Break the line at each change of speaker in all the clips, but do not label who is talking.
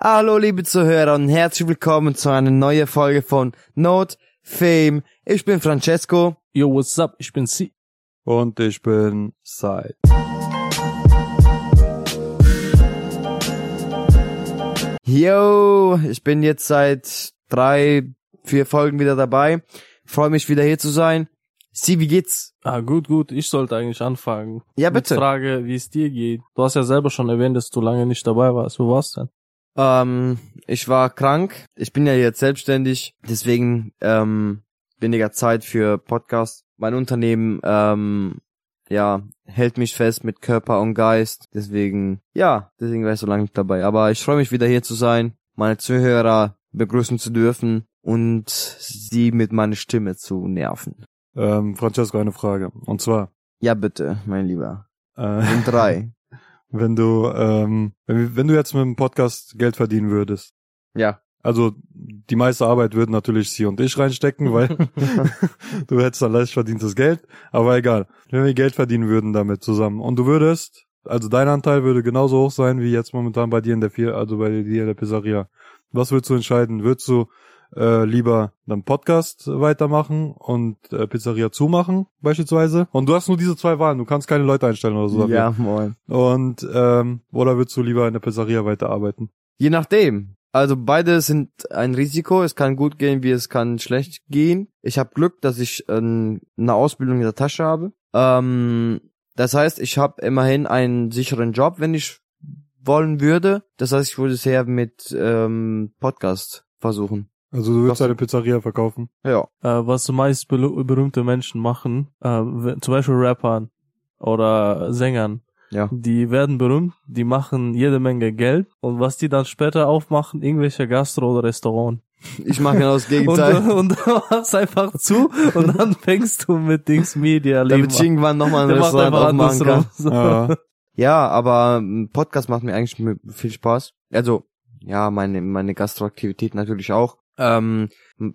Hallo liebe Zuhörer und herzlich willkommen zu einer neuen Folge von Not Fame. Ich bin Francesco.
Yo, what's up? Ich bin C.
Und ich bin Sai.
Yo, ich bin jetzt seit drei, vier Folgen wieder dabei. Freue mich wieder hier zu sein. Sie, wie geht's?
Ah, gut, gut. Ich sollte eigentlich anfangen.
Ja,
Mit
bitte.
Frage, wie es dir geht. Du hast ja selber schon erwähnt, dass du lange nicht dabei warst. Wo warst du denn?
Ähm, ich war krank. Ich bin ja jetzt selbstständig. Deswegen ähm, weniger Zeit für Podcast. Mein Unternehmen ähm, ja, hält mich fest mit Körper und Geist. Deswegen, ja, deswegen war ich so lange nicht dabei. Aber ich freue mich wieder hier zu sein, meine Zuhörer begrüßen zu dürfen und sie mit meiner Stimme zu nerven.
Ähm, Francesco, eine Frage. Und zwar,
Ja, bitte, mein Lieber.
äh,
In drei.
wenn du, ähm, wenn, wir- wenn du jetzt mit dem Podcast Geld verdienen würdest,
ja.
also die meiste Arbeit würden natürlich sie und ich reinstecken, weil du hättest dann leicht verdientes Geld, aber egal. Wenn wir Geld verdienen würden damit zusammen und du würdest, also dein Anteil würde genauso hoch sein wie jetzt momentan bei dir in der vier, also bei dir in der Pizzeria. Was würdest du entscheiden? Würdest du äh, lieber dann Podcast weitermachen und äh, Pizzeria zumachen beispielsweise? Und du hast nur diese zwei Wahlen, du kannst keine Leute einstellen oder so. dafür.
ja, moin.
Und ähm, oder würdest du lieber in der Pizzeria weiterarbeiten?
Je nachdem. Also beide sind ein Risiko. Es kann gut gehen, wie es kann schlecht gehen. Ich habe Glück, dass ich ähm, eine Ausbildung in der Tasche habe. Ähm, das heißt, ich habe immerhin einen sicheren Job, wenn ich wollen würde. Das heißt, ich würde es eher mit ähm, Podcast versuchen.
Also du würdest
Das-
eine Pizzeria verkaufen?
Ja.
Äh, was die meist belo- berühmte Menschen machen, äh, we- zum Beispiel Rappern oder Sängern,
Ja.
die werden berühmt, die machen jede Menge Geld und was die dann später aufmachen, irgendwelche Gastro oder Restaurant.
Ich mache genau das
Und,
Gegenteil.
und äh, du machst einfach zu und dann fängst du mit Dings Media Leben
damit ich irgendwann nochmal ein
Der macht
Restaurant
einfach
aufmachen kann.
andersrum. So.
Ja.
Ja, aber ähm, Podcast macht mir eigentlich m- viel Spaß. Also, ja, meine, meine Gastroaktivität natürlich auch. Ähm, m-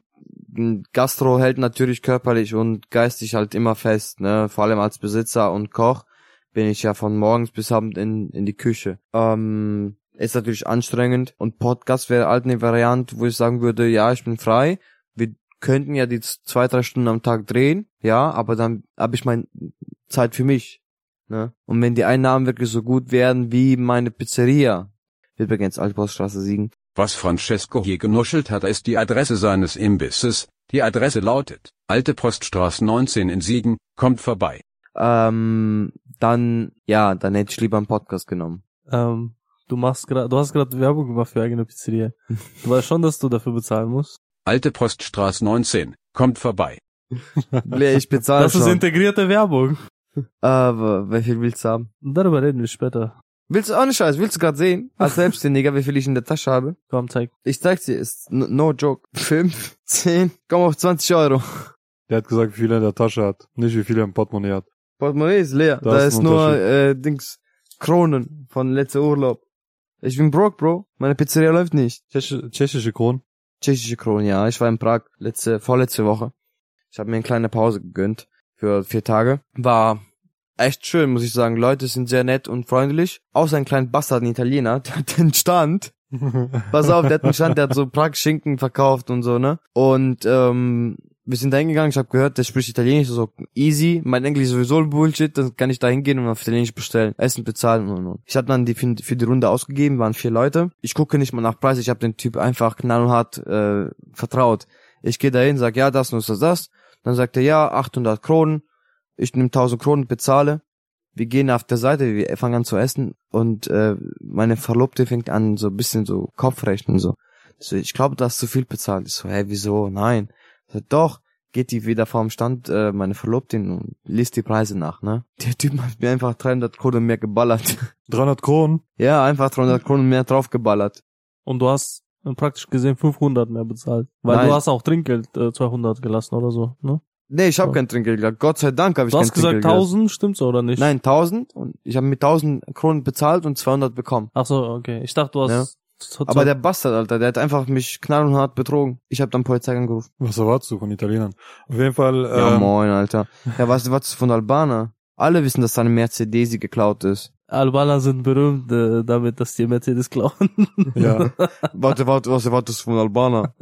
m- Gastro hält natürlich körperlich und geistig halt immer fest, ne? Vor allem als Besitzer und Koch bin ich ja von morgens bis abend in, in die Küche. Ähm, ist natürlich anstrengend. Und Podcast wäre halt eine Variante, wo ich sagen würde, ja, ich bin frei. Wir könnten ja die z- zwei, drei Stunden am Tag drehen, ja, aber dann habe ich meine Zeit für mich. Ne? Und wenn die Einnahmen wirklich so gut werden wie meine Pizzeria, übrigens Altbauststraße siegen,
Was Francesco hier genuschelt hat, ist die Adresse seines Imbisses. Die Adresse lautet, Alte Poststraße 19 in Siegen, kommt vorbei.
ähm, dann, ja, dann hätte ich lieber einen Podcast genommen.
Ähm, du machst gerade, du hast gerade Werbung gemacht für eigene Pizzeria. Du weißt schon, dass du dafür bezahlen musst.
Alte Poststraße 19, kommt vorbei.
Nee, Ich bezahle
das ist
Ah, schon.
integrierte Werbung.
Äh, w- wie viel willst du haben?
Darüber reden wir später.
Willst du auch nicht Scheiß? Willst du gerade sehen, als Selbstständiger, wie viel ich in der Tasche habe?
Komm, zeig.
Ich zeig's dir, ist no, no joke. Fünf, zehn, komm auf 20 Euro.
Der hat gesagt, wie viel er in der Tasche hat, nicht wie viel er im Portemonnaie hat.
Portemonnaie ist leer.
Da
da
ist
ist
ein
nur
Unterschied.
äh, Dings Kronen von letzter Urlaub. Ich bin broke, Bro. Meine Pizzeria läuft nicht.
Tschechische, tschechische Kronen.
Tschechische Krone, ja. Ich war in Prag letzte, vorletzte Woche. Ich habe mir eine kleine Pause gegönnt für vier Tage. War echt schön, muss ich sagen. Leute sind sehr nett und freundlich. Außer ein kleinen Bastard, ein Italiener, der hat den Stand. Pass auf, der hat einen Stand, der hat so Prag-Schinken verkauft und so, ne? Und ähm, wir sind da hingegangen, ich habe gehört, der spricht Italienisch, so easy. Mein Englisch ist sowieso Bullshit, dann kann ich da hingehen und auf Italienisch bestellen, essen, bezahlen und, und, und. Ich habe dann die für, für die Runde ausgegeben, waren vier Leute. Ich gucke nicht mal nach Preis, ich habe den Typ einfach knallhart äh, vertraut. Ich gehe dahin, sag ja, das, das, das, das. Dann sagt er, ja, 800 Kronen. Ich nehme 1000 Kronen, bezahle. Wir gehen auf der Seite, wir fangen an zu essen und äh, meine Verlobte fängt an so ein bisschen so Kopfrechnen so. so ich glaube, du hast zu viel bezahlt. Ich so, hä, wieso? Nein. So, doch, geht die wieder vorm Stand, äh, meine Verlobte hin und liest die Preise nach, ne? Der Typ hat mir einfach 300 Kronen mehr geballert.
300 Kronen?
ja, einfach 300 Kronen mehr draufgeballert.
Und du hast äh, praktisch gesehen 500 mehr bezahlt. Weil
Nein.
du hast auch Trinkgeld äh, 200 gelassen oder so. Ne?
Nee, ich habe
So.
kein Trinkgeld gehabt. Gott sei Dank habe ich
Du
kein
hast gesagt
Trinkgeld gehabt.
1000, stimmt's oder nicht?
Nein, 1000 und ich habe mit 1000 Kronen bezahlt und 200 bekommen.
Ach so, okay. Ich dachte, du hast... zu- zu-
Aber der Bastard, Alter, der hat einfach mich knallhart betrogen. Ich habe dann Polizei angerufen.
Was erwartest du von Italienern? Auf jeden Fall,
Ja,
ähm,
moin, Alter. Ja, was, was ist von Albaner? Alle wissen, dass seine Mercedes geklaut ist.
Albaner sind berühmt äh, damit, dass die Mercedes klauen.
Ja.
Warte, warte, was erwartest du von Albaner?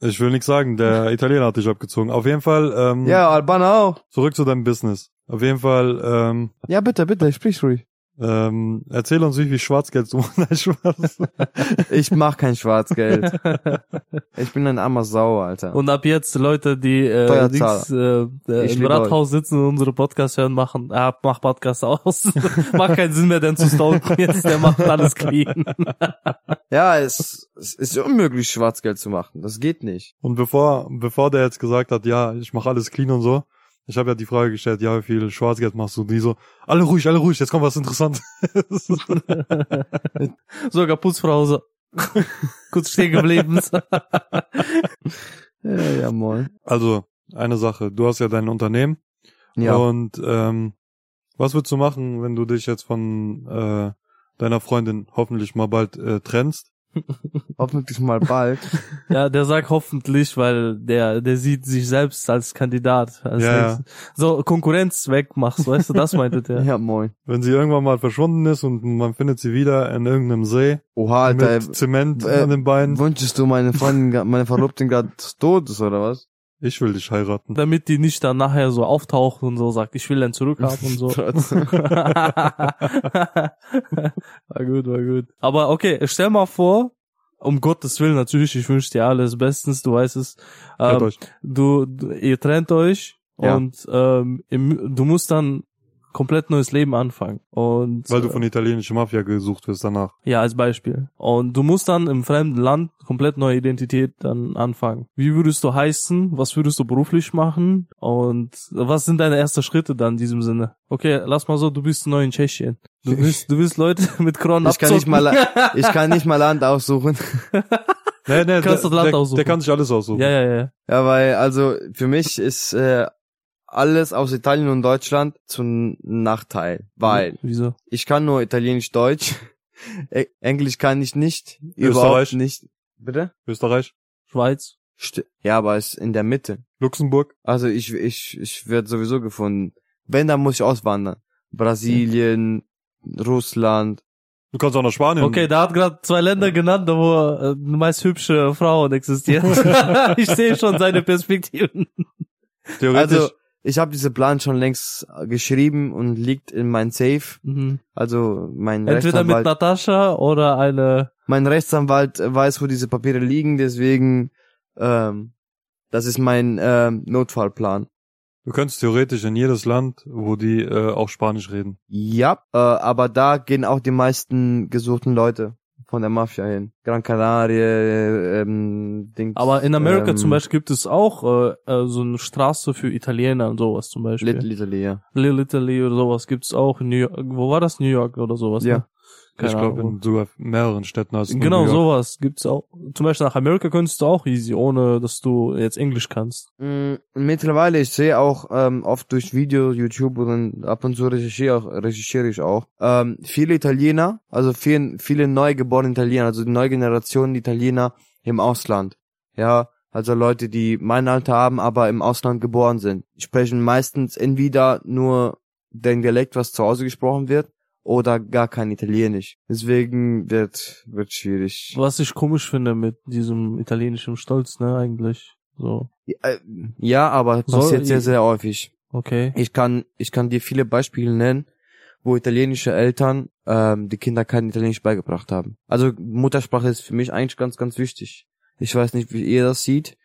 Ich will nichts sagen, der Italiener hat dich abgezogen. Auf jeden Fall, ähm,
ja, Albaner auch.
zurück zu deinem Business. Auf jeden Fall, ähm,
Ja, bitte, bitte, sprich ruhig.
ähm, erzähl uns, wie viel Schwarzgeld du Nein, Spaß.
Ich mach kein Schwarzgeld. Ich bin ein armer Sau, Alter.
Und ab jetzt Leute, die äh,
Steuerzahler.
links, äh, äh,
Ich
im
liebe
Rathaus sitzen und unsere Podcasts hören, machen, ah, mach Podcast aus. macht keinen Sinn mehr, den zu stalken jetzt, der macht alles clean.
ja, es, es ist unmöglich, Schwarzgeld zu machen. Das geht nicht.
Und bevor, bevor der jetzt gesagt hat, ja, ich mache alles clean und so, ich habe ja die Frage gestellt, ja, wie viel Schwarzgeld machst du? Und die so, alle ruhig, alle ruhig, jetzt kommt was Interessantes.
Sogar Putzfrau so. Kurz stehen geblieben.
Ja, ja, moin.
also, eine Sache, du hast ja dein Unternehmen
Ja.
und ähm, was würdest du machen, wenn du dich jetzt von äh, deiner Freundin hoffentlich mal bald äh, trennst?
Hoffentlich mal bald.
ja, der sagt hoffentlich, weil der, der sieht sich selbst als Kandidat. Als
Ja, ja.
So Konkurrenz wegmachst, weißt du, das meinte der.
Ja, moin.
Wenn sie irgendwann mal verschwunden ist und man findet sie wieder in irgendeinem See
Oha, Alter.
mit Zement
äh,
an den Beinen,
Wünschest du meine Freundin, grad- meine Verlobten gerade tot ist, oder was?
ich will dich heiraten.
Damit die nicht dann nachher so auftauchen und so sagt, ich will den zurückhaben und so.
Trotzdem.
war gut, war gut. Aber okay, stell mal vor, um Gottes Willen natürlich, ich wünsche dir alles Bestens, du weißt es.
Hört
Ähm,
euch.
du, du, ihr trennt euch
Ja.
und ähm, im, du musst dann komplett neues Leben anfangen. Und
Weil du
äh,
von italienischer Mafia gesucht wirst danach.
ja, als Beispiel. Und du musst dann im fremden Land komplett neue Identität dann anfangen. Wie würdest du heißen? Was würdest du beruflich machen? Und was sind deine ersten Schritte dann in diesem Sinne? Okay, lass mal so, du bist neu in Tschechien. Du willst, du willst Leute mit Kronen
Ich kann nicht
abzocken.
mal, ich kann nicht mal Land aussuchen.
Nee, nee,
Kannst
der,
das Land
der,
aussuchen.
der kann sich alles aussuchen.
Ja, ja, ja.
Ja, weil, also, für mich ist, äh, alles aus Italien und Deutschland zum
Mhm.
Nachteil, weil
Wieso?
ich kann nur Italienisch-Deutsch, E- Englisch kann ich nicht,
Österreich.
überhaupt nicht. Bitte?
Österreich,
Schweiz?
St ja, aber es ist in der Mitte.
Luxemburg.
Also ich, ich, ich werde sowieso gefunden. Wenn, dann muss ich auswandern. Brasilien, Russland.
Du kannst auch nach Spanien.
Okay, da hat gerade zwei Länder genannt, wo äh, meist hübsche Frauen existieren. ich sehe schon seine Perspektiven.
Theoretisch.
Also ich habe diesen Plan schon längst geschrieben und liegt in mein Safe.
Mhm.
Also mein
Entweder mit
Rechtsanwalt,
Natascha oder eine
mein Rechtsanwalt äh, weiß, wo diese Papiere liegen, deswegen ähm, das ist mein ähm, Notfallplan.
du könntest theoretisch in jedes Land, wo die äh, auch Spanisch reden.
Ja, äh, aber da gehen auch die meisten gesuchten Leute von der Mafia hin. Gran Canaria, ähm, Dings.
Aber in Amerika
ähm,
zum Beispiel gibt es auch äh, äh, so eine Straße für Italiener und sowas zum Beispiel.
Little Italy, ja.
Little Italy oder sowas gibt es auch in New York. Wo war das? New York oder sowas?
Ja.
Ne? Keine
ich glaube
Ahnung.
in sogar mehreren Städten hast du nur
Genau
New York.
sowas gibt's auch. Zum Beispiel nach Amerika könntest du auch easy, ohne dass du jetzt Englisch kannst.
Mm, Mittlerweile, ich sehe auch ähm, oft durch Video, YouTube und ab und zu recherchiere, auch- recherchiere ich auch, ähm, viele Italiener, also viele, viele neugeborene Italiener, also die neue Generation Italiener im Ausland. Ja, also Leute, die mein Alter haben, aber im Ausland geboren sind, sprechen meistens entweder nur den Dialekt, was zu Hause gesprochen wird, oder gar kein Italienisch. Deswegen wird wird schwierig.
Was ich komisch finde mit diesem italienischen Stolz, ne, eigentlich. So,
Äh, Ja, aber
So,
passiert sehr,
ich-
sehr häufig.
okay.
Ich kann, ich kann dir viele Beispiele nennen, wo italienische Eltern ähm, die Kinder kein Italienisch beigebracht haben. Also Muttersprache ist für mich eigentlich ganz, ganz wichtig. Ich weiß nicht, wie ihr das sieht.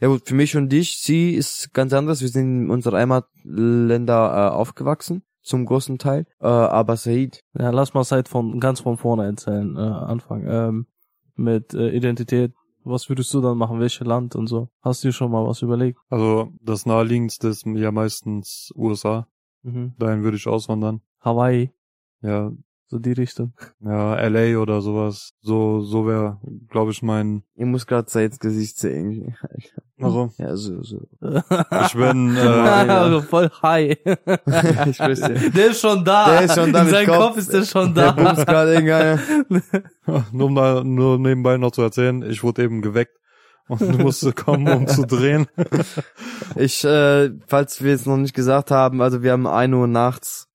Ja gut, für mich und dich, sie ist ganz anders. Wir sind in unseren Heimatländer äh, aufgewachsen, zum großen Teil. Äh, aber Said,
Ja, lass mal Zeit von ganz von vorne erzählen, äh, anfangen. Ähm, mit äh, Identität. Was würdest du dann machen? Welches Land und so? Hast du dir schon mal was überlegt?
Also das naheliegendste ist ja meistens USA.
Mhm.
Dahin würde ich auswandern.
Hawaii,
Ja,
so die Richtung.
ja, LA oder sowas. So, so wäre, glaube ich, mein.
ihr muss gerade Saids Gesicht sehen.
Warum?
Ja, so, so.
Ich bin. Äh,
Also voll high.
ich wüsste.
Der ist schon da.
Der ist schon da
In
mit
seinem Kopf,
Kopf.
ist der schon
Der
da.
bumst gerade irgendeine.
nur, um da, nur nebenbei noch zu erzählen, ich wurde eben geweckt und musste kommen, um zu drehen.
Ich, äh, falls wir es noch nicht gesagt haben, also wir haben 1 Uhr nachts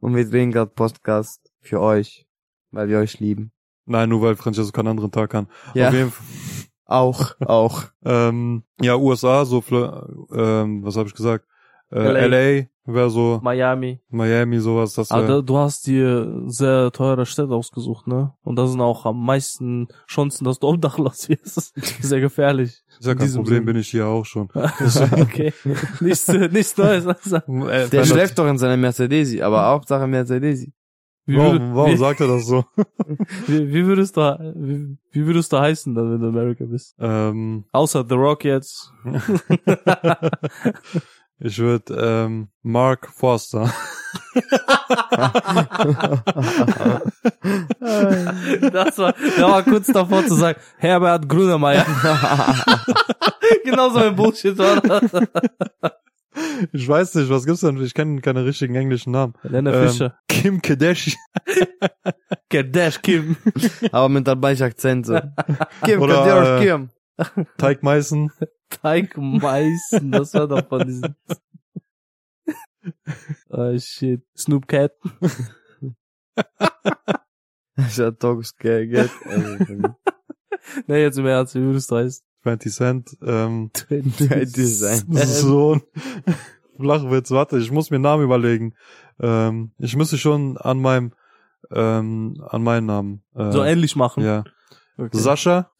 und wir drehen gerade Podcast. Für euch. Weil wir euch lieben.
Nein, nur weil Francesco keinen anderen Tag kann.
Ja.
Auf jeden Fall.
Auch, auch.
Ähm, ja, USA, so, Fl- ähm, was habe ich gesagt? Äh, LA, wäre so
Miami.
Miami, sowas, das
Ah,
wär,
da, du hast dir sehr teure Städte ausgesucht, ne? Und da sind auch am meisten Chancen, dass du obdachlos wirst. sehr gefährlich.
ist ja
in
kein
diesem
Problem,
Sinne.
bin ich hier auch schon.
okay. Nichts, nichts Neues. Also.
Äh,
Der
wenn
schläft doch in seiner Mercedes, aber Hauptsache Mercedes.
Das,
Wie,
warum warum
wie,
sagt er das so?
wie, wie würdest du, wie, wie würdest du heißen, dann, wenn du America bist?
ähm,
Außer The Rock jetzt.
ich würde ähm, Mark Forster.
Das war, da war kurz davor zu sagen, Herbert Grünemeyer. genau so ein Bullshit war das.
Ich weiß nicht, was gibt's denn? Ich kenne keine richtigen englischen Namen.
Lena
Ähm,
Fischer.
Kim Kardashian.
Kardashian Kim.
aber mit albanischen Akzent so. Kim,
Oder,
könnt ihr euch
äh,
Kim?
Teig Meissen.
Teig Meißen. Das war doch von diesem. Oh shit. Snoop Cat.
Ich hab Tokus Geld. Also,
Ne, jetzt im Ernst, wie würdest du heißen?
20 Cent. Ähm,
Design.
Sohn. Flachwitz, warte, ich muss mir einen Namen überlegen. Ähm, ich müsste schon an meinem ähm, an meinen Namen. Äh,
So ähnlich machen.
ja.
Okay.
Sascha?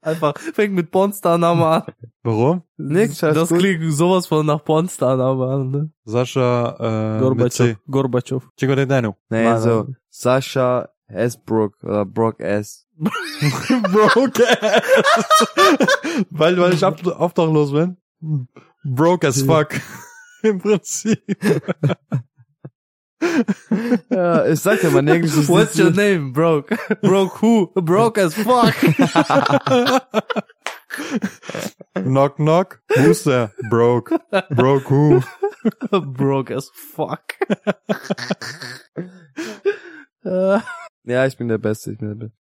Einfach fängt mit Pornstar-Name an.
Warum?
Nix, alles
Das
gut.
klingt sowas von nach Pornstar-Name an, ne?
Sascha äh, mit C.
Gorbatschow. Gorbatschow.
Cinco de Nino.
Nee,
Nein,
so Sascha S. Brook oder Brock S.
Broke ass. weil, weil ich ab, obdachlos bin. Broke as fuck. Im Prinzip.
ja, ich sag ja, mein Englisch ist
What's your
nicht
name, broke? Broke who? Broke as fuck.
Knock knock. Who's there? Broke. Broke who?
broke as fuck. Äh,
Ja, ich bin der Beste, ich bin der Beste.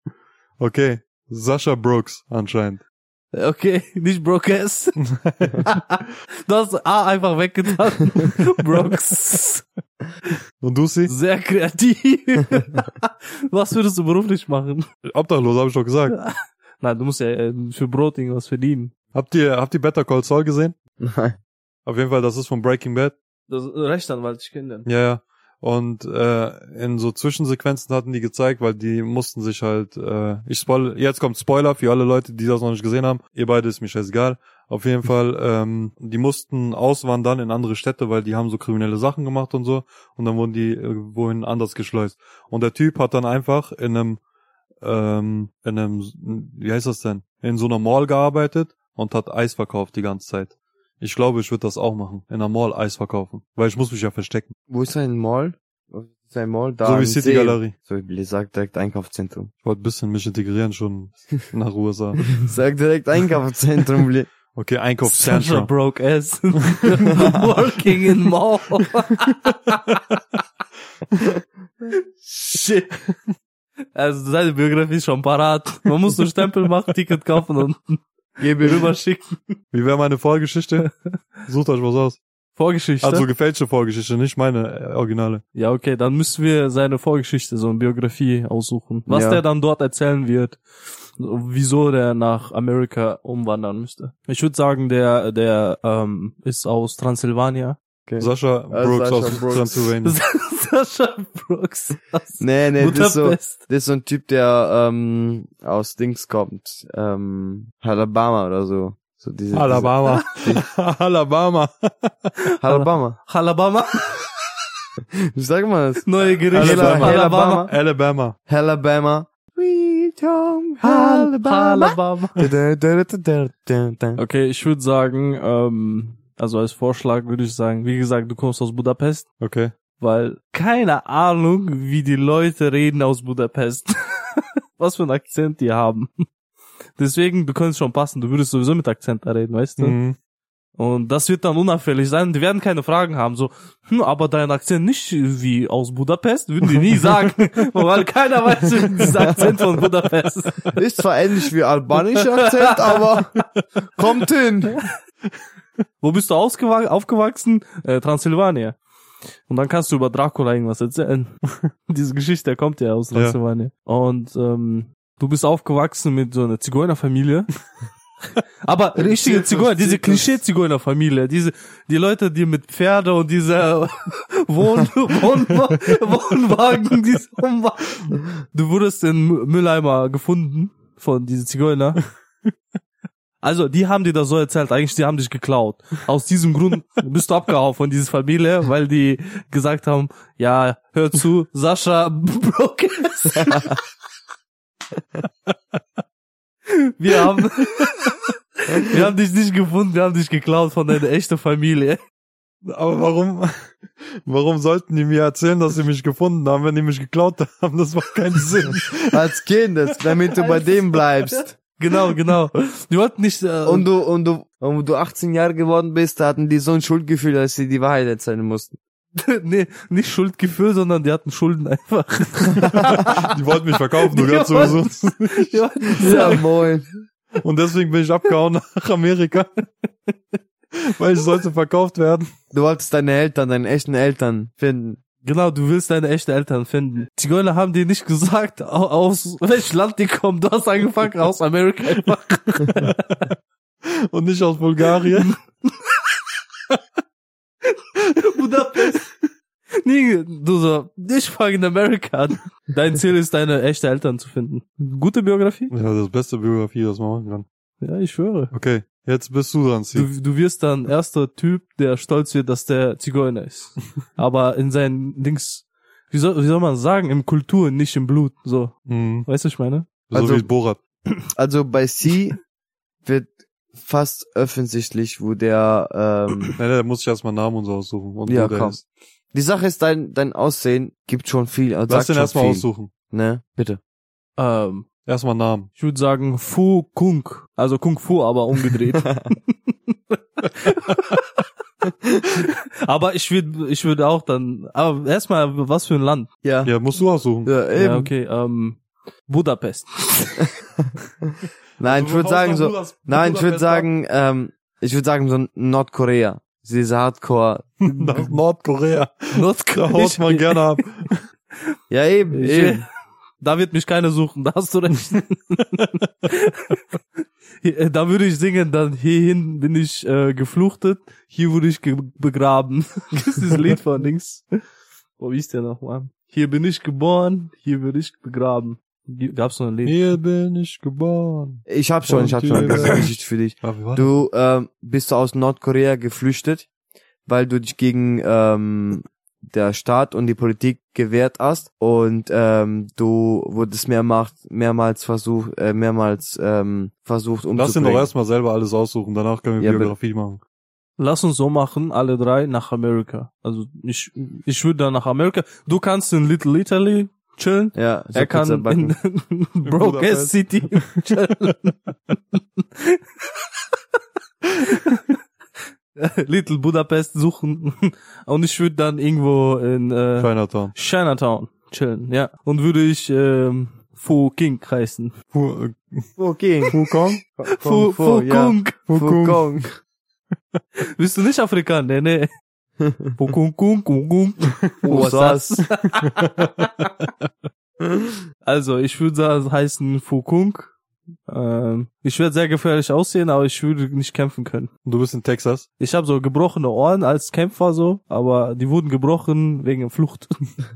Okay. Sascha Brooks anscheinend.
okay, nicht broke as. du hast A einfach weggetan. Brokes.
Und du sie?
Sehr kreativ. Was würdest du beruflich machen?
Obdachlos, habe ich doch gesagt.
Nein, du musst ja äh, für Brot irgendwas verdienen.
Habt ihr, habt ihr Better Call Saul gesehen?
Nein.
Auf jeden Fall, das ist von Breaking Bad.
Das äh, Rechtsanwalt, ich kenne den.
Ja, ja. Und äh, in so Zwischensequenzen hatten die gezeigt, weil die mussten sich halt, äh, ich spoil, jetzt kommt Spoiler für alle Leute, die das noch nicht gesehen haben. Ihr beide ist mir scheißegal. Auf jeden Fall, ähm, die mussten auswandern in andere Städte, weil die haben so kriminelle Sachen gemacht und so. Und dann wurden die äh, wohin anders geschleust. Und der Typ hat dann einfach in einem, ähm, in einem, wie heißt das denn? In so einer Mall gearbeitet und hat Eis verkauft die ganze Zeit. Ich glaube, ich würde das auch machen. In einer Mall Eis verkaufen. Weil ich muss mich ja verstecken.
Wo ist sein Mall? Wo ist sein Mall? Da
so wie
im
City
See.
Galerie.
So wie sagt direkt Einkaufszentrum.
Ich wollte ein bisschen mich integrieren schon nach USA.
Sag direkt Einkaufszentrum. Bli-
Okay,
Sandra
Einkaufszentrum.
broke ass. Working in mall. Shit. Also seine Biografie ist schon parat. Man muss so Stempel machen, Ticket kaufen und
Gebe rüber.
rüberschicken.
Wie wäre meine Vorgeschichte? Sucht euch was aus.
Vorgeschichte.
Also gefälschte Vorgeschichte, nicht meine äh, originale.
ja, okay, dann müssen wir seine Vorgeschichte, so eine Biografie aussuchen. Was
Ja.
der dann dort erzählen wird, wieso der nach Amerika umwandern müsste. Ich würde sagen, der, der ähm, ist aus Transsilvania.
Okay.
Sascha
Ah,
Brooks
Sascha
aus
Brooks.
Transylvania.
Sascha Brooks aus
Nee, nee, das ist, so, das
Budapest.
ist so ein Typ, der ähm, aus Dings kommt. Ähm, Alabama oder so. so diese,
Alabama. Alabama.
Diese, Alabama.
Alabama,
Wie sagt man das?
neue Gerichte.
Alabama.
Alabama.
Alabama.
Alabama. Sweet home Alabama.
Alabama.
Okay.
Okay, ich würde sagen, ähm, also als Vorschlag würde ich sagen, wie gesagt, du kommst aus Budapest,
Okay.
weil keine Ahnung, wie die Leute reden aus Budapest. Was für ein Akzent die haben. Deswegen, du könntest schon passen, du würdest sowieso mit Akzent da reden, weißt du?
Mhm.
Und das wird dann unauffällig sein. Die werden keine Fragen haben. So, hm, aber dein Akzent nicht wie aus Budapest, würden die nie sagen. weil keiner weiß, wie dieser Akzent von Budapest ist.
Ist zwar ähnlich wie albanischer Akzent, aber kommt hin.
Wo bist du ausgewa- aufgewachsen? Äh, Transsilvanien. Und dann kannst du über Dracula irgendwas erzählen. Diese Geschichte kommt ja aus
Ja.
Transylvanien. Und ähm, du bist aufgewachsen mit so einer Zigeunerfamilie. Aber richtige Zigeuner, diese Klischee-Zigeunerfamilie, diese, die Leute, die mit Pferde und dieser Wohn, Wohn, Wohnwagen, diese Wohnwagen. Du wurdest in Mü- Mülleimer gefunden von diesen Zigeuner. Also, die haben dir das so erzählt, eigentlich, die haben dich geklaut. Aus diesem Grund bist du abgehauen von dieser Familie, weil die gesagt haben, ja, hör zu, Sascha Brokes. wir haben, wir haben dich nicht gefunden, wir haben dich geklaut von deiner echten Familie.
Aber warum, warum sollten die mir erzählen, dass sie mich gefunden haben, wenn die mich geklaut haben? Das macht keinen Sinn.
Als Kind, ist, damit du bei dem bleibst.
Genau, genau. Die wollten nicht, äh,
Und du, und du, und du 18 Jahre geworden bist, da hatten die so ein Schuldgefühl, dass sie die Wahrheit erzählen mussten.
nee, nicht Schuldgefühl, sondern die hatten Schulden einfach.
Die wollten mich verkaufen, du
Die
gehörst sowieso.
wollten- die wollten
Ja, moin.
Und deswegen bin ich abgehauen nach Amerika. Weil ich sollte verkauft werden.
Du wolltest deine Eltern, deine echten Eltern finden.
Genau, du willst deine echten Eltern finden. Zigeuner haben dir nicht gesagt, au- aus welchem Land die kommen. Du hast angefangen, aus Amerika. einfach.
Und nicht aus Bulgarien.
Budapest. Nee, du so, ich fange in Amerika an. Dein Ziel ist, deine echten Eltern zu finden. Gute Biografie?
Ja, das beste Biografie, das man machen kann.
Ja, ich schwöre.
Okay, jetzt bist du dran,
Du,
Steve.
du wirst dann erster Typ, der stolz wird, dass der Zigeuner ist. Aber in seinen Dings, wie soll, wie soll man sagen, im Kultur, nicht im Blut. So,
Mhm.
weißt du, was ich meine?
So
Also-
wie Borat.
Also bei sie wird fast offensichtlich, wo der, ähm,
Nein, da muss ich erstmal Namen und so aussuchen. Und
Ja,
wo der
komm.
ist.
die Sache ist, dein, dein Aussehen gibt schon viel, also
Lass
sagt
den
schon
erstmal
viel.
aussuchen.
Ne, bitte.
Ähm,
Erstmal Namen.
Ich würde sagen Fu Kung. Also Kung Fu, aber umgedreht. aber ich würde ich würde auch dann. Aber erstmal, was für ein Land?
Ja.
Ja, musst du aussuchen.
Ja, eben.
Ja, okay, ähm, Budapest.
Nein, ich würde sagen so, nein, ich würde sagen, ähm, ich würde sagen so Nordkorea. Diese Hardcore.
Nach Nordkorea. Da haut
Nordkorea.
man gerne ab.
Ja, eben,
Ich-
eben.
Da wird mich keiner suchen, da hast du recht. äh, da würde ich singen, dann hierhin bin ich äh, gefluchtet, hier wurde ich ge begraben. das ist das Lied von Dings. Wo ist der nochmal? Hier bin ich geboren, hier würde ich begraben. G- Gab's noch ein Lied?
Hier bin ich geboren.
Ich hab schon, ich hab schon eine
Und die-
Geschichte für dich.
Ah, wie war das?
Du ähm, bist aus Nordkorea geflüchtet, weil du dich gegen ähm, der Staat und die Politik gewehrt hast und ähm, du wurdest mehrmals mehrmals versucht äh, mehrmals ähm, versucht
Lass ihn doch
umzubringen.
erstmal selber alles aussuchen, danach können wir
Ja,
Biografie machen.
Lass uns so machen, alle drei nach Amerika. Also ich, ich würde dann nach Amerika. Du kannst in Little Italy chillen.
ja, so
er kann
Pizza
in,
backen.
in Broke
Budapest.
City chillen. Little Budapest suchen und ich würde dann irgendwo in äh,
Chinatown.
Chinatown chillen, ja. Und würde ich ähm, Fu King heißen.
Fu, äh,
Okay.
Fu Kong?
Fu, Fu,
Fu, ja.
Kung.
Fukong.
Bist du nicht Afrikaner? Nee, nee. Fu Kung Kung Kung Kung.
Usas.
Also, ich würde sagen, heißen Fukung. Ähm, ich werde sehr gefährlich aussehen, aber ich würde nicht kämpfen können.
Du bist in Texas.
Ich habe so gebrochene Ohren als Kämpfer so, aber die wurden gebrochen wegen der Flucht.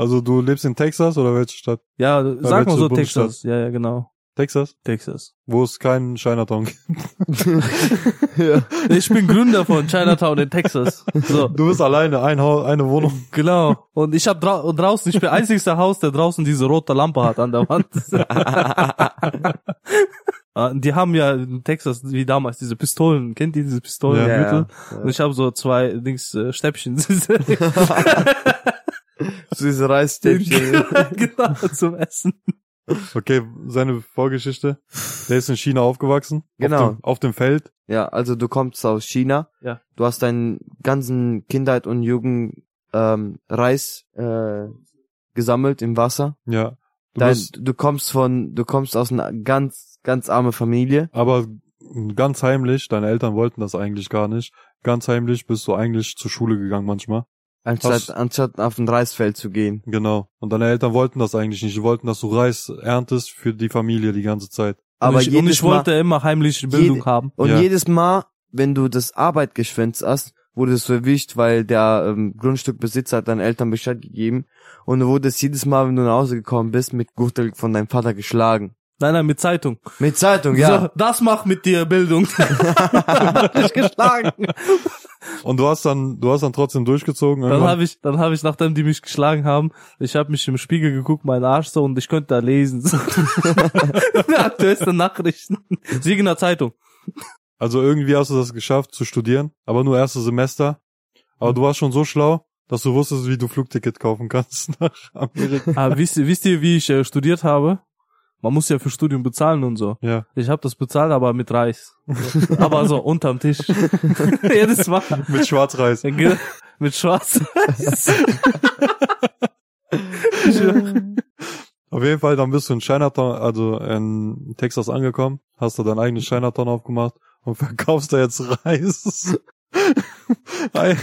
Also du lebst in Texas oder welche Stadt?
Ja, sag mal
welche
so
Bundesstaat?
Texas. Ja, ja, genau.
Texas?
Texas.
Wo es keinen Chinatown gibt.
ja.
Ich bin Gründer von Chinatown in Texas. So,
Du bist alleine, ein Haus, eine Wohnung.
genau. Und ich habe dra draußen, ich bin einzigster Haus, der draußen diese rote Lampe hat an der Wand. Ah, Die haben ja in Texas wie damals diese Pistolen. Kennt ihr diese Pistolen?
Ja,
Gürtel?
ja.
Und ich habe so zwei Dings äh, Stäbchen. Diese-
So diese Reisstäbchen.
genau, zum Essen.
Okay, seine Vorgeschichte. Der ist in China aufgewachsen.
Genau.
Auf dem, auf dem Feld.
Ja, also du kommst aus China.
Ja.
Du hast deinen ganzen Kindheit und Jugend ähm, Reis äh, gesammelt im Wasser.
Ja. Du
Dein,
bist
du kommst von, du kommst aus einer ganz, ganz arme Familie.
aber ganz heimlich, deine Eltern wollten das eigentlich gar nicht. Ganz heimlich bist du eigentlich zur Schule gegangen manchmal.
Anstatt,
Hast-
anstatt auf ein Reisfeld zu gehen.
Genau. Und deine Eltern wollten das eigentlich nicht. Die wollten, dass du Reis erntest für die Familie die ganze Zeit.
Aber
und ich,
jedes
und ich
Mal,
um wollte immer heimlich Bildung
Jede-
haben.
Und
Ja.
jedes Mal, wenn du das Arbeit geschwänzt hast, wurdest du erwischt, weil der ähm, Grundstückbesitzer hat deinen Eltern Bescheid gegeben. Und du wurdest jedes Mal, wenn du nach Hause gekommen bist, mit Gürtel von deinem Vater geschlagen.
Nein, nein, mit Zeitung.
Mit Zeitung, ja.
So, das macht mit dir Bildung.
So. geschlagen.
Und du hast dann, du hast dann trotzdem durchgezogen.
Dann
Irgendwann-
habe ich, dann habe ich, nachdem die mich geschlagen haben, ich habe mich im Spiegel geguckt, mein Arsch so, und ich konnte da lesen. So. Aktuellste Nachrichten. Siegener Zeitung.
also irgendwie hast du das geschafft zu studieren, aber nur erstes Semester. Aber du warst schon so schlau, dass du wusstest, wie du Flugticket kaufen kannst nach Amerika.
Aber Ah, wisst, ihr- wisst ihr, wie ich äh, studiert habe? Man muss ja für Studium bezahlen und so.
Ja.
Ich habe das bezahlt, aber mit Reis. aber so unterm Tisch. Jedes Mal.
Mit Schwarzreis.
Ge- Mit Schwarzreis.
Auf jeden Fall, dann bist du in Chinatown, also in Texas angekommen, hast du dein eigenes Chinatown aufgemacht und verkaufst da jetzt Reis. Ei,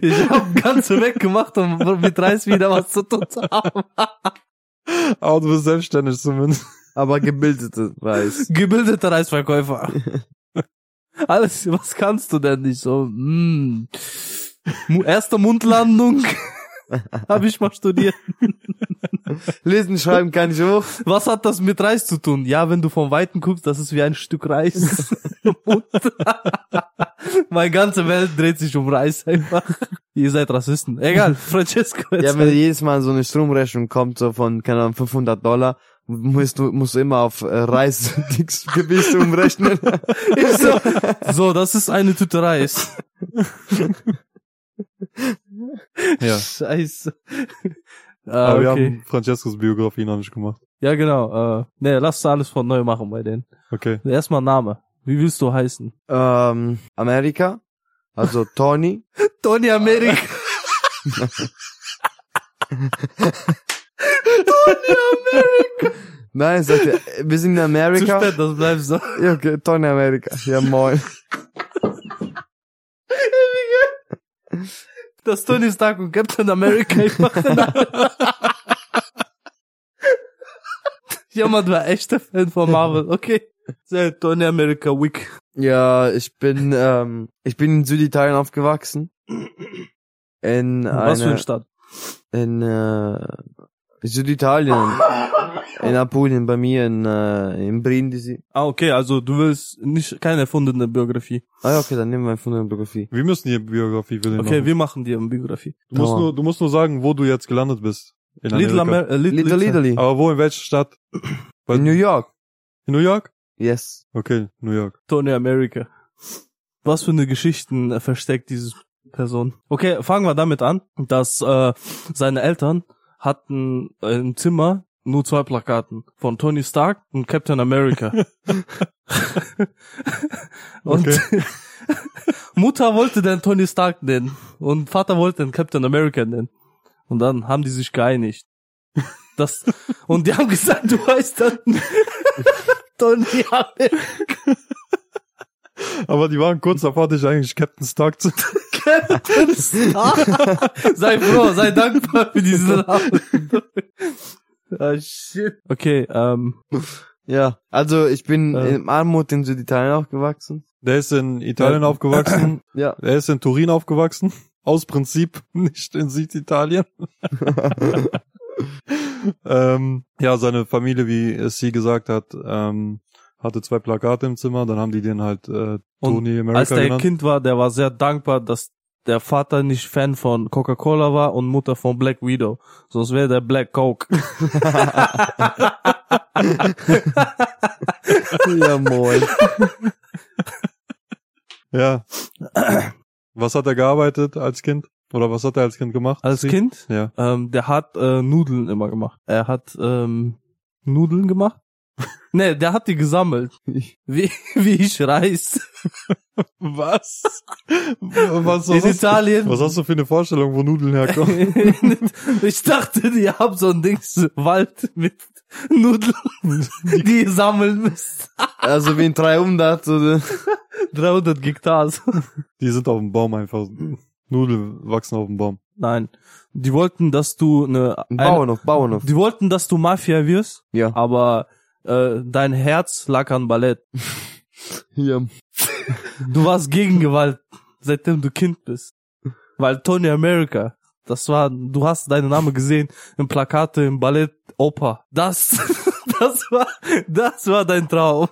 Ich habe ganz weggemacht, um mit Reis wieder was zu tun zu haben.
Aber du bist selbstständig zumindest.
Aber gebildete Reis.
Gebildeter Reisverkäufer. Alles, was kannst du denn nicht so? Mm. Mu- Erste Mundlandung. Habe ich mal studiert.
Lesen, schreiben kann ich auch.
Was hat das mit Reis zu tun? Ja, wenn du vom Weiten guckst, das ist wie ein Stück Reis. im Mund. Meine ganze Welt dreht sich um Reis einfach. Ihr seid Rassisten. Egal, Francesco.
Ja, wenn jedes Mal so eine Stromrechnung kommt, so von, keine Ahnung, 500 Dollar, musst du, musst du immer auf äh, Reis Dings Gewicht umrechnen.
Ich so, so, das ist eine Tüte Reis.
Ja.
Scheiße. Ah,
Aber wir
okay.
haben Francescos Biografie noch nicht gemacht.
Ja, genau. Äh, nee, lass das alles von neu machen bei denen.
Okay.
Erstmal Name. Wie willst du heißen?
ähm, Amerika, also Tony,
Tony America.
Nein, sagt er, wir sind in
Zu
Amerika.
spät, das bleibt so.
Ja, okay, Tony Amerika. Ja, moin.
Das Tony Stark und Captain America. Ich mach den Namen. Jemand war echter Fan von Marvel. Okay. Sehr Tony America Week.
Ja, ich bin, ähm, ich bin in Süditalien aufgewachsen. In
Was für
einer,
eine Stadt?
in, äh, Süditalien. In Apulien, bei mir in, äh, in Brindisi.
Ah, okay, also du willst nicht keine erfundene Biografie.
Ah ja, okay, dann nehmen wir einfach nur eine Biografie.
Wir müssen hier Biografie für den
Okay,
machen.
wir machen dir eine Biografie.
Du musst,
Dauer.
nur, du musst nur sagen, wo du jetzt gelandet bist. In
Little,
Amerika.
Amer äh, Little,
Little Italy.
Aber wo, in welcher Stadt? Weil-
In New York.
In New York?
Yes.
Okay, New York.
Tony America. Was für eine Geschichten äh, versteckt diese Person? Okay, fangen wir damit an, dass äh, seine Eltern hatten äh, im Zimmer nur zwei Plakaten von Tony Stark und Captain America. und Mutter wollte den Tony Stark nennen und Vater wollte den Captain America nennen. Und dann haben die sich geeinigt. Das, und die haben gesagt, du heißt dann Tony America.
Aber die waren kurz davor, dich eigentlich Captain Stark zu...
Captain Stark. sei froh, sei dankbar für diesen Namen. ah, shit. Okay, ähm,
Ja. Also, ich bin
Äh.
in Armut in Süditalien aufgewachsen.
Der ist in Italien
Ja.
aufgewachsen.
Ja.
Er ist in Turin aufgewachsen. Aus Prinzip nicht in Süditalien. ähm, ja, seine Familie, wie es sie gesagt hat, ähm, hatte zwei Plakate im Zimmer. Dann haben die den halt äh,
Und
Tony America
als der
genannt.
Kind war, der war sehr dankbar, dass der Vater nicht Fan von Coca-Cola war und Mutter von Black Widow. Sonst wäre der Black Coke.
ja, moin.
Ja. Was hat er gearbeitet als Kind? Oder was hat er als Kind gemacht?
Als
Sie?
Kind,
Ja.
ähm, der hat äh, Nudeln immer gemacht. Er hat ähm, Nudeln gemacht. Nee, der hat die gesammelt. Wie, wie ich Reis.
Was? was, was,
In
hast,
Italien.
was hast du für eine Vorstellung, wo Nudeln herkommen?
ich dachte, die haben so ein Dings Wald mit Nudeln, die ihr sammeln müsst.
Also, wie in 300, so,
300 Hektar. so.
Die sind auf dem Baum einfach. Nudeln wachsen auf dem Baum.
Nein. Die wollten, dass du eine, eine
Bauernhof, Bauernhof.
die wollten, dass du Mafia wirst,
Ja.
aber äh, dein Herz lag an Ballett.
ja.
Du warst gegen Gewalt, seitdem du Kind bist. Weil Tony America, das war, du hast deinen Namen gesehen im Plakate, im Ballett, Oper. Das, das war, das war dein Traum.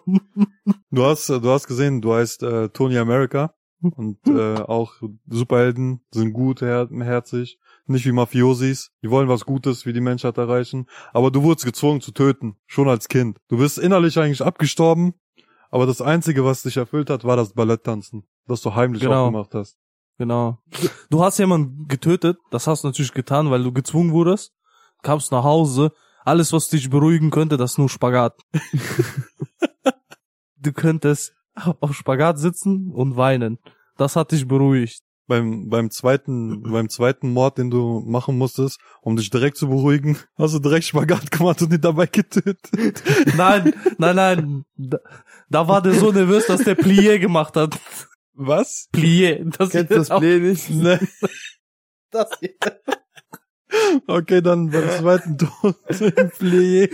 Du hast, äh, du hast gesehen, du heißt äh, Tony America und äh, auch Superhelden sind gut, her herzig, nicht wie Mafiosis. Die wollen was Gutes wie die Menschheit erreichen. Aber du wurdest gezwungen zu töten, schon als Kind. Du bist innerlich eigentlich abgestorben, aber das Einzige, was dich erfüllt hat, war das Balletttanzen, das du heimlich
Genau.
auch gemacht hast.
Genau. Du hast jemanden getötet, das hast du natürlich getan, weil du gezwungen wurdest, kamst nach Hause, alles, was dich beruhigen könnte, das ist nur Spagat. du könntest auf Spagat sitzen und weinen. Das hat dich beruhigt.
Beim, beim zweiten, beim zweiten Mord, den du machen musstest, um dich direkt zu beruhigen, hast du direkt Spagat gemacht und ihn dabei getötet.
Nein, nein, nein. Da, da war der so nervös, dass der Plié gemacht hat.
Was?
Plié. Das
Kennst du das
auch-
Play nicht?
Ne. Okay, dann beim zweiten Tod im Plee.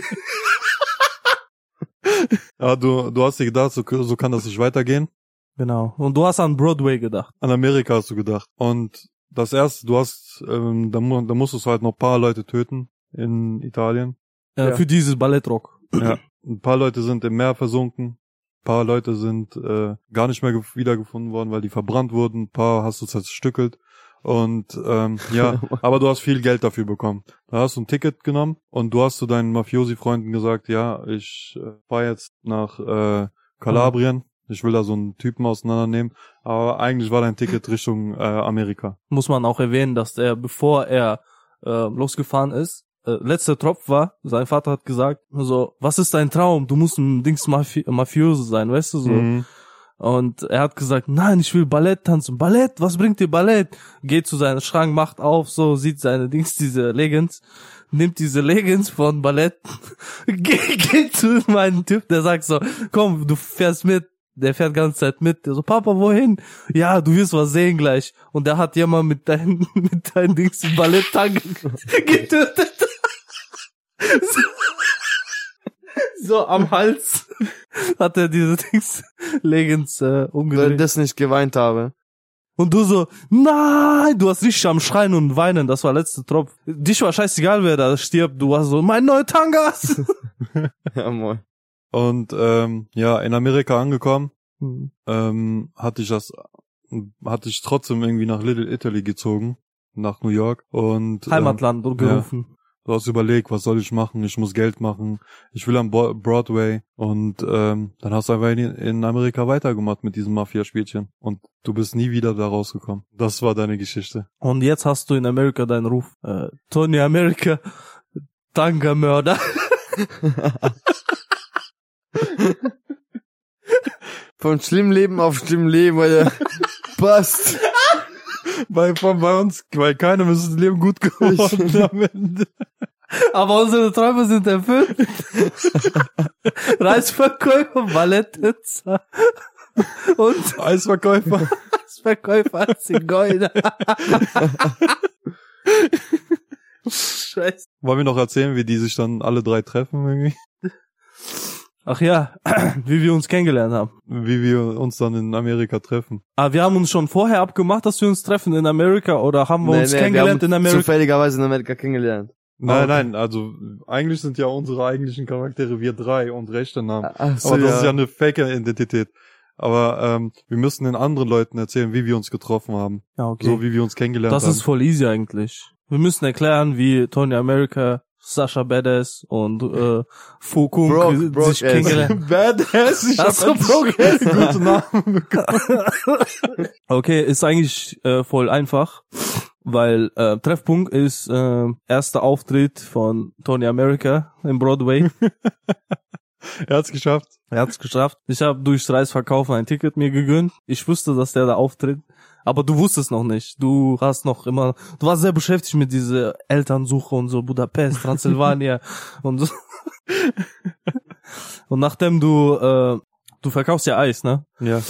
Ja, du, du hast dir gedacht, so, so kann das nicht weitergehen.
Genau. Und du hast an Broadway gedacht.
An Amerika hast du gedacht. Und das erste, du hast, ähm, da, mu- da musstest du halt noch ein paar Leute töten in Italien.
Äh,
Ja.
Für dieses Ballettrock.
Ein paar Leute sind im Meer versunken. Ein paar Leute sind äh, gar nicht mehr gef- wiedergefunden worden, weil die verbrannt wurden. Ein paar hast du zerstückelt. Und ähm, ja, aber du hast viel Geld dafür bekommen. Da hast du ein Ticket genommen und du hast zu deinen Mafiosi-Freunden gesagt, ja, ich äh, fahr jetzt nach äh, Kalabrien. Ich will da so einen Typen auseinandernehmen. Aber eigentlich war dein Ticket Richtung äh, Amerika.
Muss man auch erwähnen, dass er, bevor er äh, losgefahren ist, äh, letzter Tropf war, sein Vater hat gesagt, so, was ist dein Traum? Du musst ein Dings Mafi Mafiose sein, weißt du so.
Mhm.
Und er hat gesagt, nein, ich will Ballett tanzen. Ballett, was bringt dir Ballett? Geht zu seinem Schrank, macht auf, so sieht seine Dings, diese Leggings, nimmt diese Leggings von Ballett, geht, geht zu meinem Typ, der sagt so, komm, du fährst mit. Der fährt die ganze Zeit mit. Der so, Papa, wohin? Ja, du wirst was sehen gleich. Und der hat jemand mit deinen, mit deinen Dings im Balletttang getötet. So, so am Hals hat er diese Dings Leggings äh,
Weil ich
umgedreht.
das nicht geweint habe.
Und du so, nein, du hast richtig am Schreien und Weinen, das war letzte Tropf. Dich war scheißegal, wer da stirbt, du warst so, mein neuer Tangas!
Ja, moin.
Und ähm, ja, in Amerika angekommen.
Hm.
ähm, hatte ich das, hatte ich trotzdem irgendwie nach Little Italy gezogen, nach New York und
Heimatland und gerufen.
Ähm, du hast überlegt, was soll ich machen? Ich muss Geld machen. Ich will am Bo Broadway und ähm, dann hast du einfach in, in Amerika weitergemacht mit diesem Mafia-Spielchen und du bist nie wieder da rausgekommen. Das war deine Geschichte.
Und jetzt hast du in Amerika deinen Ruf. Äh, Tony America, Tanga-Mörder.
Von schlimmem Leben auf schlimmem Leben, Alter. Passt.
Bei, von, bei uns, bei keinem ist das Leben gut geworden am Ende.
Aber unsere Träume sind erfüllt. Reisverkäufer, Balletttänzer und
Eisverkäufer.
Reisverkäufer Zigeuner. Scheiße.
Wollen wir noch erzählen, wie die sich dann alle drei treffen irgendwie?
Ach ja, wie wir uns kennengelernt haben.
Wie wir uns dann in Amerika treffen.
Ah, wir haben uns schon vorher abgemacht, dass wir uns treffen in Amerika oder haben wir
Nee,
uns
nee,
kennengelernt
wir haben
in Amerika?
Zufälligerweise in Amerika kennengelernt.
Nein,
Okay.
nein, also eigentlich sind ja unsere eigentlichen Charaktere wir drei und rechte Namen.
Ach
Aber das ist ja eine Fake-Identität. Aber ähm, wir müssen den anderen Leuten erzählen, wie wir uns getroffen haben.
Ja, okay.
So wie wir uns kennengelernt
das
haben.
ist voll easy eigentlich. Wir müssen erklären, wie Tony America, Sasha Badass und äh, Fokung
Brock- Brock
sich
S.
kennengelernt
Badass, ich
Ach so,
hab einen guten Namen bekommen.
Okay, ist eigentlich äh, voll einfach, weil äh, Treffpunkt ist äh, erster Auftritt von Tony America im Broadway.
Er hat's geschafft.
Er hat's geschafft. Ich habe durchs Reisverkaufen ein Ticket mir gegönnt. Ich wusste, dass der da auftritt, aber du wusstest noch nicht. Du hast noch immer, du warst sehr beschäftigt mit dieser Elternsuche und so Budapest, Transsilvanien und so. Und nachdem du äh, du verkaufst ja Eis, ne?
Ja.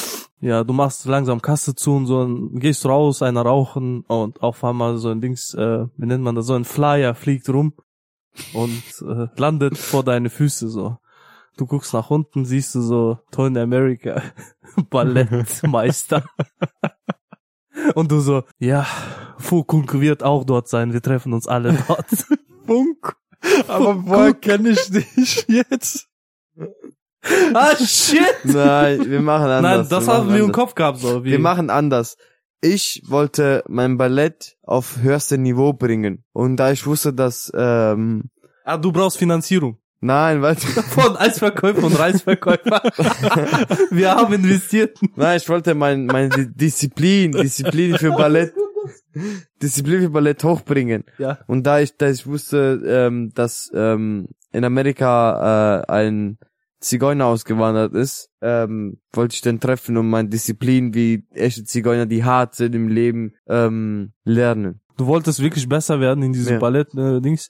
Ja, du machst langsam Kasse zu und so, und gehst raus, einer rauchen und auf einmal so ein Dings, äh, wie nennt man das, so ein Flyer fliegt rum und äh, landet vor deine Füße so. Du guckst nach unten, siehst du so Tony America, Ballettmeister. und du so, ja, Fukunk wird auch dort sein, wir treffen uns alle dort.
Funk. Aber woher kenne ich dich jetzt?
ah, shit!
Nein, wir machen anders.
Nein, das
wir
haben
machen
wir im
anders.
Kopf gehabt so. wie-
Wir machen anders. Ich wollte mein Ballett auf höchste Niveau bringen. Und da ich wusste, dass, ähm,
ah, du brauchst Finanzierung.
nein, weil,
Von Eisverkäufer und Reisverkäufer. Wir haben investiert.
nein, ich wollte mein, meine Di- Disziplin, Disziplin für Ballett, Disziplin für Ballett hochbringen.
Ja.
Und da ich, da ich wusste, ähm, dass ähm, in Amerika äh, ein Zigeuner ausgewandert ist, ähm, wollte ich den treffen und meine Disziplin, wie echte Zigeuner, die hart sind im Leben, ähm, lernen.
Du wolltest wirklich besser werden in diesem
Ja.
Ballett-Dings.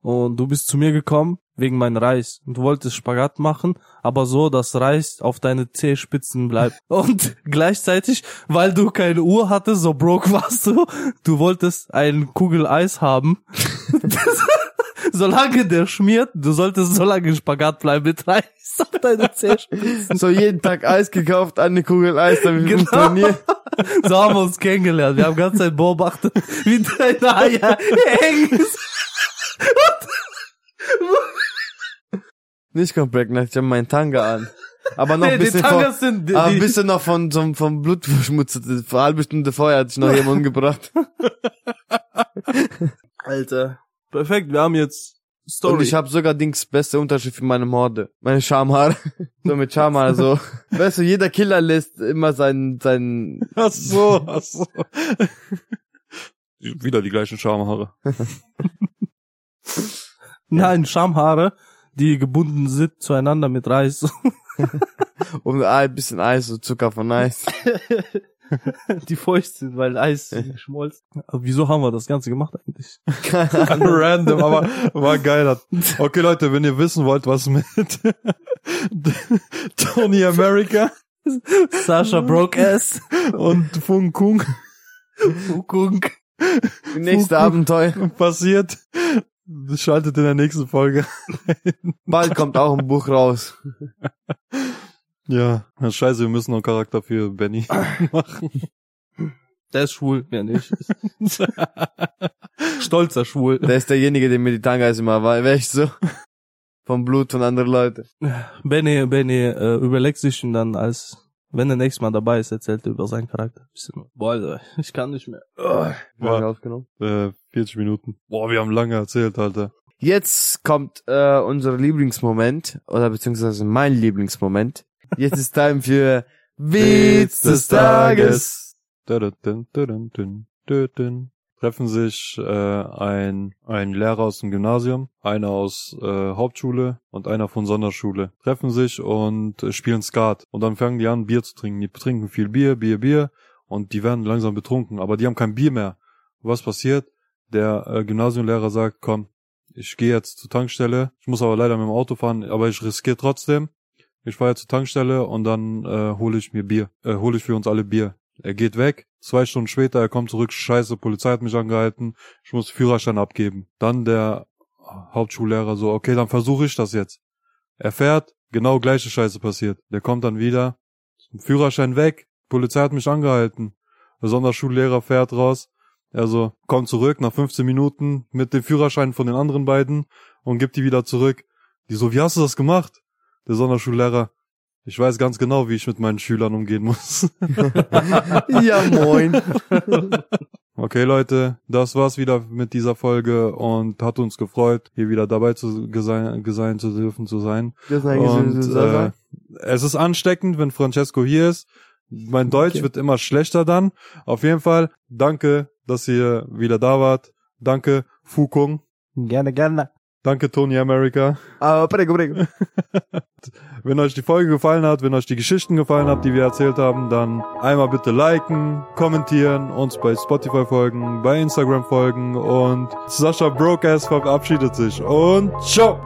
und du bist zu mir gekommen wegen meinem Reis. Und du wolltest Spagat machen, aber so, dass Reis auf deine Zehspitzen bleibt. Und gleichzeitig, weil du keine Uhr hattest, so broke warst du, du wolltest einen Kugel Eis haben. Das- Solange der schmiert, du solltest so lange Spagat bleiben mit Reis auf deine Zehspitzen.
So jeden Tag Eis gekauft, eine Kugel Eis, damit wir
Genau.
genau. Turnier.
So haben wir uns kennengelernt. Wir haben die ganze Zeit beobachtet, wie deine Eier hängen.
Nicht komplett nackt, ich habe meinen Tanga an. Aber noch
Nee,
ein
die
bisschen von,
Tangas sind... Die,
aber ein
die,
bisschen noch von, von, von Blut verschmutzt. Vor einer halben Stunde vorher hatte ich noch jemanden umgebracht. Alter.
perfekt, wir haben jetzt
Und ich habe sogar Dings beste Unterschrift für meine Morde. Meine Schamhaare. So mit Schamhaare so. Weißt du, jeder Killer lässt immer seinen, seinen,
Ach so, ach so. Wieder die gleichen Schamhaare.
Nein, Schamhaare, die gebunden sind zueinander mit Reis.
um ein bisschen Eis, so Zucker von Eis.
Die feucht sind, weil Eis schmolz. Aber wieso haben wir das Ganze gemacht eigentlich?
Random, aber war geil. Okay, Leute, wenn ihr wissen wollt, was mit Tony America
Sascha broke ass.
und Fung Kung
Guck.
Nächste Abenteuer.
passiert, schaltet in der nächsten Folge.
Bald kommt auch ein Buch raus.
Ja, scheiße, wir müssen noch einen Charakter für Benny machen.
Der ist schwul, mehr nicht. Stolzer Schwul.
Der ist derjenige, der mir die Tangas immer war, wäre ich so. Vom Blut von anderen Leuten.
Benny, Benny äh, überlegt sich ihn dann als, wenn er nächstes Mal dabei ist, erzählt er über seinen Charakter. ein bisschen. Boah, Alter, ich kann nicht mehr.
War.
War,
Aufgenommen.
äh, 40 Minuten. Boah, wir haben lange erzählt, Alter.
Jetzt kommt äh, unser Lieblingsmoment, oder beziehungsweise mein Lieblingsmoment. Jetzt ist Time für Witz des Tages.
Dun, dun, dun, dun, dun, dun. Treffen sich äh, ein, ein Lehrer aus dem Gymnasium, einer aus äh, Hauptschule und einer von Sonderschule. Treffen sich und äh, spielen Skat. Und dann fangen die an, Bier zu trinken. Die trinken viel Bier, Bier, Bier. Und die werden langsam betrunken. Aber die haben kein Bier mehr. Was passiert? Der äh, Gymnasiumlehrer sagt, komm, ich gehe jetzt zur Tankstelle. Ich muss aber leider mit dem Auto fahren, aber ich riskiere trotzdem. Ich fahre jetzt zur Tankstelle und dann äh, hole ich mir Bier. Äh, hole ich für uns alle Bier. Er geht weg. Zwei Stunden später, er kommt zurück. Scheiße, Polizei hat mich angehalten. Ich muss Führerschein abgeben. Dann der Hauptschullehrer so, okay, dann versuche ich das jetzt. Er fährt, genau gleiche Scheiße passiert. Der kommt dann wieder. Führerschein weg. Polizei hat mich angehalten. Der Sonderschullehrer fährt raus. Er so, kommt zurück nach 15 Minuten mit dem Führerschein von den anderen beiden und gibt die wieder zurück. Die so, wie hast du das gemacht? Der Sonderschullehrer. Ich weiß ganz genau, wie ich mit meinen Schülern umgehen muss.
Ja, moin.
Okay, Leute, das war's wieder mit dieser Folge und hat uns gefreut, hier wieder dabei zu gese- sein zu dürfen zu sein.
Das ist ein
Und,
gesundes
äh,
Sache.
es ist ansteckend, wenn Francesco hier ist. Mein Deutsch wird immer schlechter dann. Auf jeden Fall, danke, dass ihr wieder da wart. Danke, Fukung.
Gerne, gerne.
Danke, Tony America.
Aber prego, prego.
Wenn euch die Folge gefallen hat, wenn euch die Geschichten gefallen hat, die wir erzählt haben, dann einmal bitte liken, kommentieren, uns bei Spotify folgen, bei Instagram folgen und Sascha Brokass verabschiedet sich und ciao!